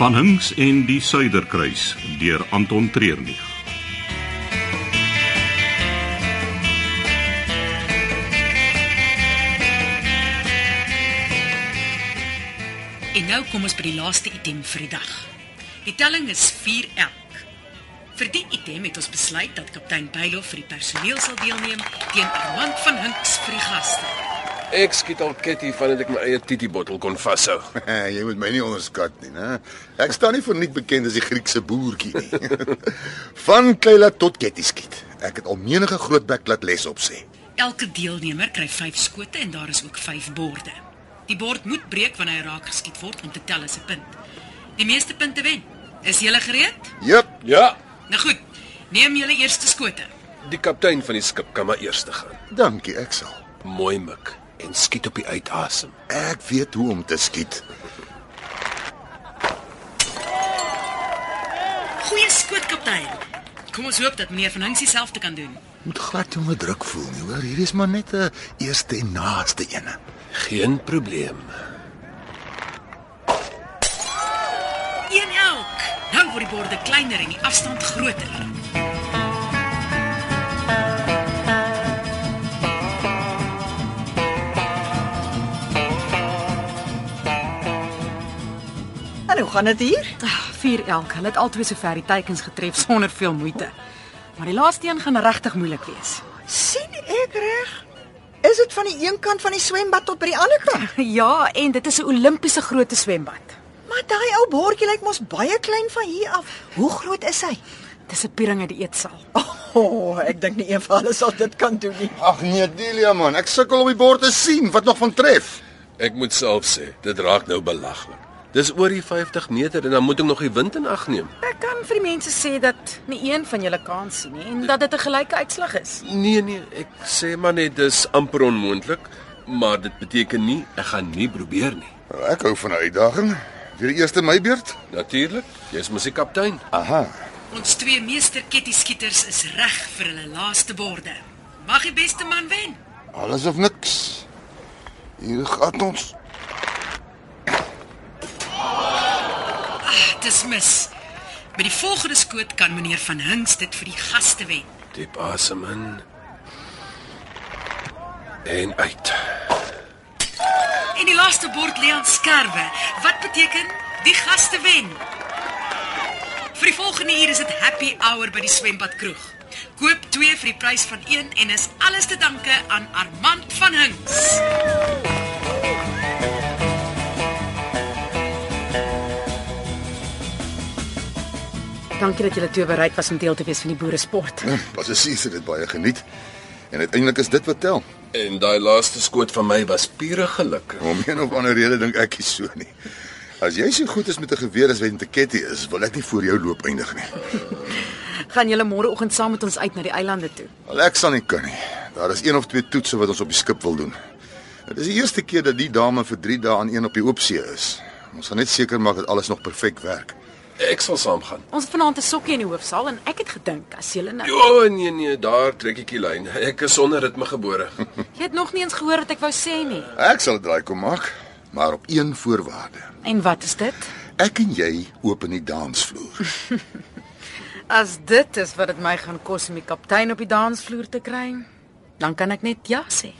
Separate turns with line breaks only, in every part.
Van Hinks en die Suiderkruis deur Anton Treurnig.
En nou kom ons by die laaste item vir die dag. Die telling is 4 elk. Vir die item het ons besluit dat kaptein Bylof vir die personeel sal deelneem teen Armand van Hinks vir die gaste.
Ek skiet al ketty vandat ek my eie titi bottel kon vashou.
jy moet my nie onderskat nie, né? Ek staan nie vir nik bekend as die Griekse boertjie nie. Van Kleila tot Kettiskiet. Ek het al menige grootbek laat les op sê.
Elke deelnemer kry 5 skote en daar is ook 5 borde. Die bord moet breek wanneer hy raak geskiet word om te tel as 'n punt. Die meeste punte wen. Is julle gereed?
Jep.
Ja,
Nou goed. Neem julle eerste skote.
die kaptein van die skip kan maar eers te gaan.
Dankie, ek sal.
Mooi mik en skiet op die uitasem.
Ek weet hoe om te skiet.
Goeie skoot kaptein. Kom ons hoop dat meneer van Hinks dieselfde kan doen.
Moet glad nie onder druk voel nie, hoor. Hier is maar net 'n eerste en naaste ene.
Geen probleem.
1 elk. Nou word die borde kleiner en die afstand groter.
En hoe gaan dit hier?
Ag, Ah, Vier elk. Hulle het albei sover die teikens getref sonder veel moeite. Maar die laaste een gaan regtig moeilik wees.
sien ek reg? Is dit van die een kant van die swembad tot by die ander kant?
Ja, en dit is 'n Olimpiese grootte swembad.
Maar daai ou bordjie lyk mos baie klein van hier af. Hoe groot is hy?
Dis 'n piering uit die eetsaal.
O, oh, ek dink nie een van hulle sal dit kan doen nie.
Ag nee, Delia man, ek sukkel om die bord te sien wat nog van tref.
Ek moet self sê, dit raak nou belaglik. Dis oor die 50 meter en dan moet ek nog die wind in ag neem.
Oh, Ek kan vir die mense sê dat nie een van julle kans sien nie en dat dit 'n gelyke uitslag is.
Nee nee, ek sê maar net dis amper onmoontlik, maar dit beteken nie ek gaan nie probeer nie.
Ek hou van 'n uitdaging. Weer die eerste my beurt.
Natuurlik, jy's mos die kaptein.
Aha.
Ons twee meesterkettingskieters is reg vir hulle laaste borde. Mag die beste man wen.
Alles of niks. Hier gaan ons.
Dit is Ah, mis. By die volgende skoot kan meneer van Hinks dit vir die gaste wen.
Diep asem in. En uit.
En die laaste bord lê aan skerwe, wat beteken die gaste wen. Vir die volgende uur is dit happy hour by die swembadkroeg. Koop 2 vir die prys van 1 en is alles te danke aan Armand van Hinks.
Dankie dat julle twee bereid was om deel te wees van die boere sport.
Passasiers het dit baie geniet. En uiteindelik is dit wat tel.
En daai laaste skoot van my was pure geluk.
Om een of ander rede dink ek is so nie. As jy so goed is met 'n geweer as wat 'n ketty is, wil ek nie voor jou loop eindig nie.
Gaan julle môreoggend saam met ons uit na die eilande toe?
Al ek sal nie kan nie. Daar is een of twee toetse wat ons op die skip wil doen. Dit is die eerste keer dat die dame vir 3 dae aan een op die oop see is. Ons gaan net seker maak dat alles nog perfek werk.
Ek sal saamgaan.
Ons het vanaand 'n sokkie in die hoofsaal en ek het gedink as julle nou
Jo, nee nee, daar trek ek die lyn. Ek is sonder ritme gebore.
Jy het nog nie eens gehoor wat ek wou sê nie.
Ek sal dit draai kom maak, maar op een voorwaarde.
En wat is dit?
Ek en jy open die dansvloer.
As dit is wat dit my gaan kos om die kaptein op die dansvloer te kry, dan kan ek net ja sê.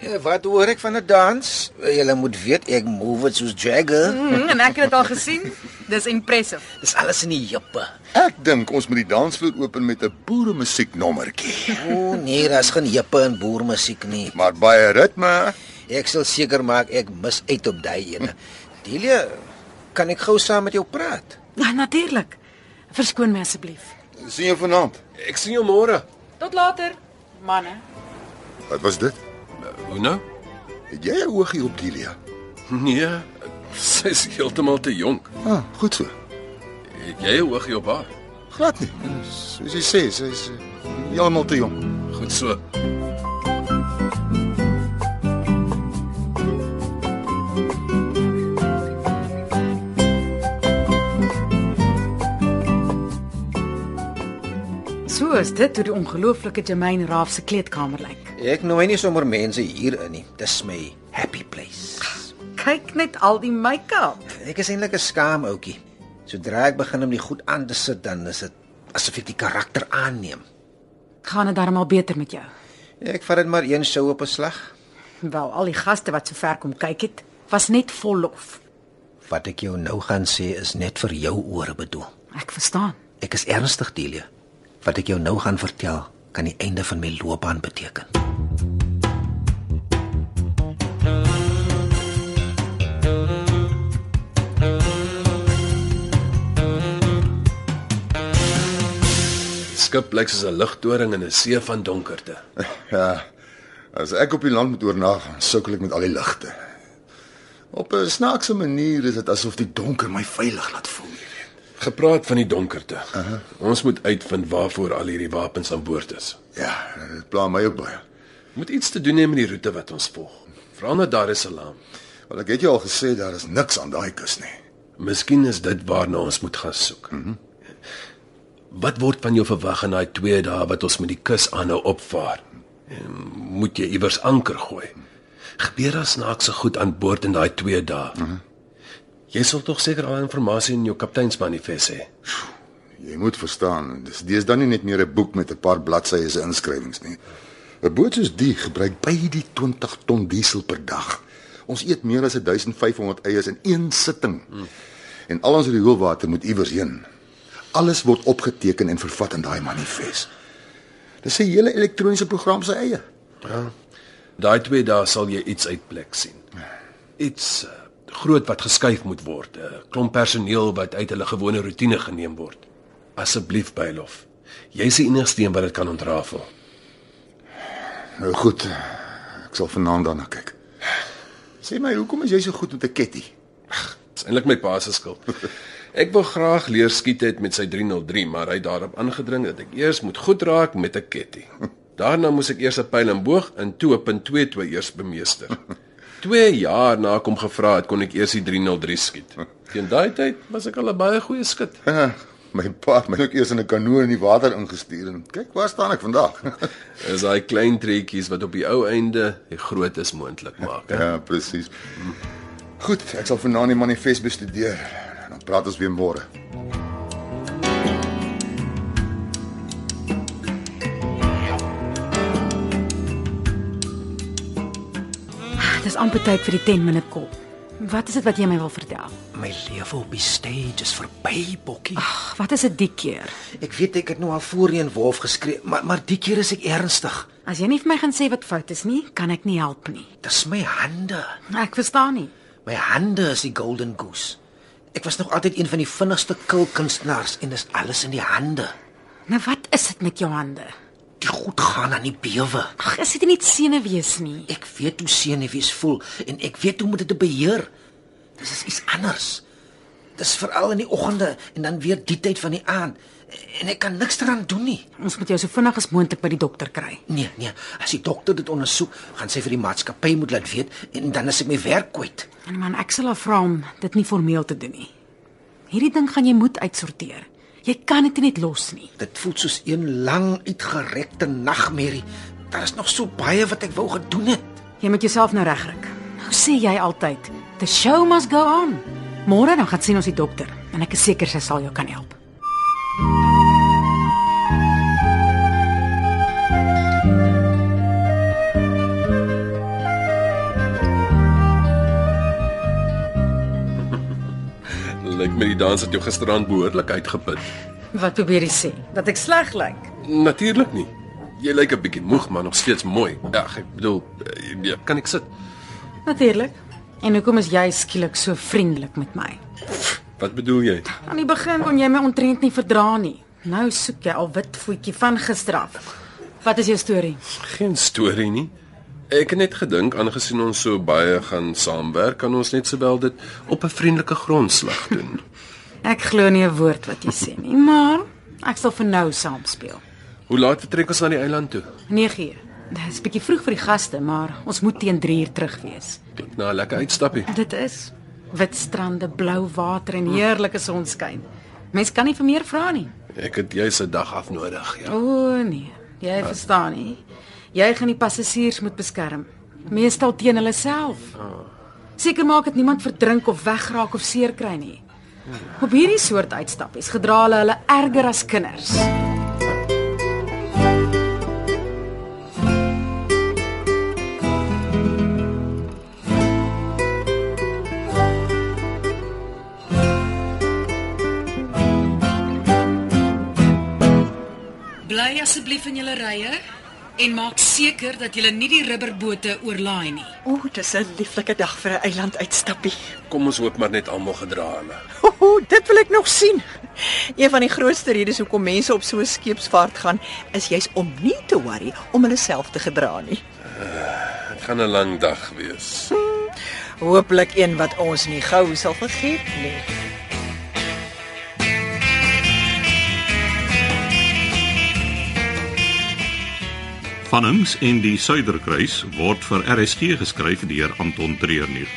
Eh, Wat hoor ek van 'n dans? Eh, Julle moet weet ek move it soos
Hm.
Jagger.
Mm, en ek het dit al gesien. Dis impressive.
Dis alles in die jippe.
Ek dink ons moet die dansvloer open met 'n boere musieknommertjie,
O nee, daar's geen jippe in boermusiek nie.
maar baie ritme.
Ek sal seker maak ek mis uit op daai ene. Delia, kan ek gou saam met jou praat?
Ja, natuurlik. Verskoon my asseblief.
Sien jou vanaand.
Ek sien jou môre.
Tot later, manne.
Wat was dit?
Hoe nou?
Het jy 'n oogie op Delia?
Nee, sy's heeltemal te jonk.
Ah, goed so.
Het jy 'n oogie op haar?
Glad nie. Soos jy sê, sy is eh, heeltemal te jong.
Goed so.
So is dit hoe die ongelooflike Jermaine Raaf se kleedkamer lyk.
Ek nooi nie sommer mense hier in nie. Dis my happy place.
Kyk net al die make-up.
Ek is eintlik 'n skaam ouetjie. Sodra ek begin om die goed aan te sit, dan is dit asof ek die karakter aanneem.
Gaan dit darmal beter met jou?
Ek vat dit maar een sou op 'n slag.
Wel, al die gaste wat so ver kom kyk het, was net vol lof.
Wat ek jou nou gaan sê is net vir jou ore bedoel.
Ek verstaan.
Ek is ernstig, Delia. Wat ek jou nou gaan vertel, kan die einde van my loopbaan beteken.
Skip lyk soos 'n ligtoring in 'n see van donkerte.
Ja. As ek op die land moet oornag, dan sukkel ek met al die ligte. Op 'n snaakse manier is dit asof die donker my veilig laat voel.
Gepraat van die donkerte. Uh -huh. Ons moet uitvind waarvoor al hierdie wapens aan boord is.
Ja, dit pla my ook baie.
Moet iets te doen hê met die roete wat ons volg. Vra nou na Dar es Salaam.
Want ek het jou al gesê daar is niks aan daai kus nie.
Miskien is dit waarna ons moet gaan soek. Mm -hmm. Wat word van jou verwag in daai 2 dae wat ons met die kus aanhou opvaar? En Moet jy iewers anker gooi? Gebeur daar snaakse goed aan boord in daai 2 dae? Mm -hmm. Jy sal tog seker al inligting in jou kapteinsmanifest hê.
Jy moet verstaan, dis deesdae nie net meer 'n boek met 'n paar bladsye se inskrywings nie. 'n Boot soos die gebruik by die 20 ton diesel per dag. Ons eet meer as 1500 eiers in een sitting. Hmm. En al ons rioolwater moet iewers heen. Alles word opgeteken en vervat in daai manifest. Dis 'n hele elektroniese program se eie.
Daai 2 dae sal jy iets uitblik sien. Iets uh, groot wat geskuif moet word, 'n klomp personeel wat uit hulle gewone roetine geneem word. Asseblief bylof. Jy's die enigste een wat dit kan ontrafel.
Nou goed. Ek sal vanaand daarna kyk. Sê my, hoekom is jy so goed met 'n ketty?
Dis eintlik my pa se skuld. Ek wou graag leer skiet het met sy 303, maar hy het daarop aangedring dat ek eers moet goed raak met 'n ketty. Daarna moes ek eers 'n pyl en boog en toe 'n .22 eers bemeester. 2 jaar na ek hom gevra het, kon ek eers die 303 skiet. Teen daai tyd was ek al 'n baie goeie skut.
Eh, My pa het my ook eers in 'n kanoe in die water ingestuur en kyk waar staan ek vandag.
Is daai klein treetjies wat op die ou einde die grootes moontlik maak. hè?
ja, presies. Goed, ek sal vanaand die manifest bestudeer. Dan praat ons weer môre.
Dis amper tyd vir die 10 minute kop. Wat is dit wat jy my wil vertel?
My lewe op die stage is verby, Bokkie.
Ag, wat is dit die keer?
Ek weet ek het nou al voorheen wolf geskree, maar maar die keer is ek ernstig.
As jy nie vir my gaan sê wat fout is nie, kan ek nie help nie.
Dis my hande.
Ek verstaan nie.
My hande is die golden goose. Ek was nog altyd een van die vinnigste kilkunstenaars en dis alles in die hande.
Nou wat is dit met jou hande?
Die goed gaan aan die bewe.
Ag, is dit nie net senuwees nie?
Ek weet hoe senuwees voel en ek weet hoe om dit te beheer. Dis is iets anders. Dis veral in die oggende en dan weer die tyd van die aand en ek kan niks daaraan doen nie.
Ons moet jou so vinnig as moontlik by die dokter kry.
Nee, nee, as die dokter dit ondersoek, gaan sy vir die maatskappy moet laat weet en dan is ek my werk kwyt.
En man, ek sal haar vra om dit nie formeel te doen nie. Hierdie ding gaan jy moet uitsorteer. Jy kan dit nie net los nie.
Dit voel soos een lang uitgerekte nagmerrie. Daar is nog so baie wat ek wou gedoen het.
Jy moet jouself nou regryk. Nou sê jy altyd, "The show must go on." Môre dan gaan sien ons die dokter en ek is seker sy sal jou kan help.
Lyk my die dans het jou gisteraan behoorlik uitgeput.
Wat probeer jy sê? Dat ek sleg lyk?
Natuurlik nie. Jy lyk 'n bietjie moeg, maar nog steeds mooi. Ag, ek bedoel, eh, ja, kan ek sit?
Natuurlik. En hoekom is jy skielik so vriendelik met my?
Wat bedoel jy?
Aan die begin kon jy my ontrent nie verdra nie. Nou soek jy al wit voetjie van gisteraf. Wat is jou storie?
Geen storie nie. Ek het net gedink aangesien ons so baie gaan saamwerk, kan ons net sowel dit op 'n vriendelike grondslag doen.
Ek glo nie 'n woord wat jy sê nie, maar ek sal vir nou saam speel.
Hoe laat vertrek ons na die eiland toe?
9 uur. Dit is bietjie vroeg vir die gaste, maar ons moet teen 3 uur terug wees.
Klink na 'n lekker uitstappie.
Dit is wit strande, blou water en heerlike sonskyn. Mens kan nie vir meer vra nie.
Ek het jous 'n dag af nodig, ja.
O nee, jy verstaan nie. Jy gaan die passasiers moet beskerm, meestal teen hulle self. Seker maak dat niemand verdrink of wegraak of seer kry nie. Op hierdie soort uitstappies gedra hulle hulle erger as kinders.
Bly asseblief in julle rye en maak seker dat julle nie die rubberbote oorlaai nie.
O, dis 'n lieflike dag vir 'n eilanduitstappie.
Kom ons hoop maar net almal gedra hulle.
O, o, dit wil ek nog sien. Een van die grootste redes hoekom mense op so 'n skeepsvaart gaan, is jy's om nie te worry om hulle self te gedra nie.
Dit gaan 'n lang dag wees.
Hooplik een wat ons nie gou sal vergeet nie.
Van Hinks en die Suiderkruis word vir RSG geskryf deur Anton Treurnig.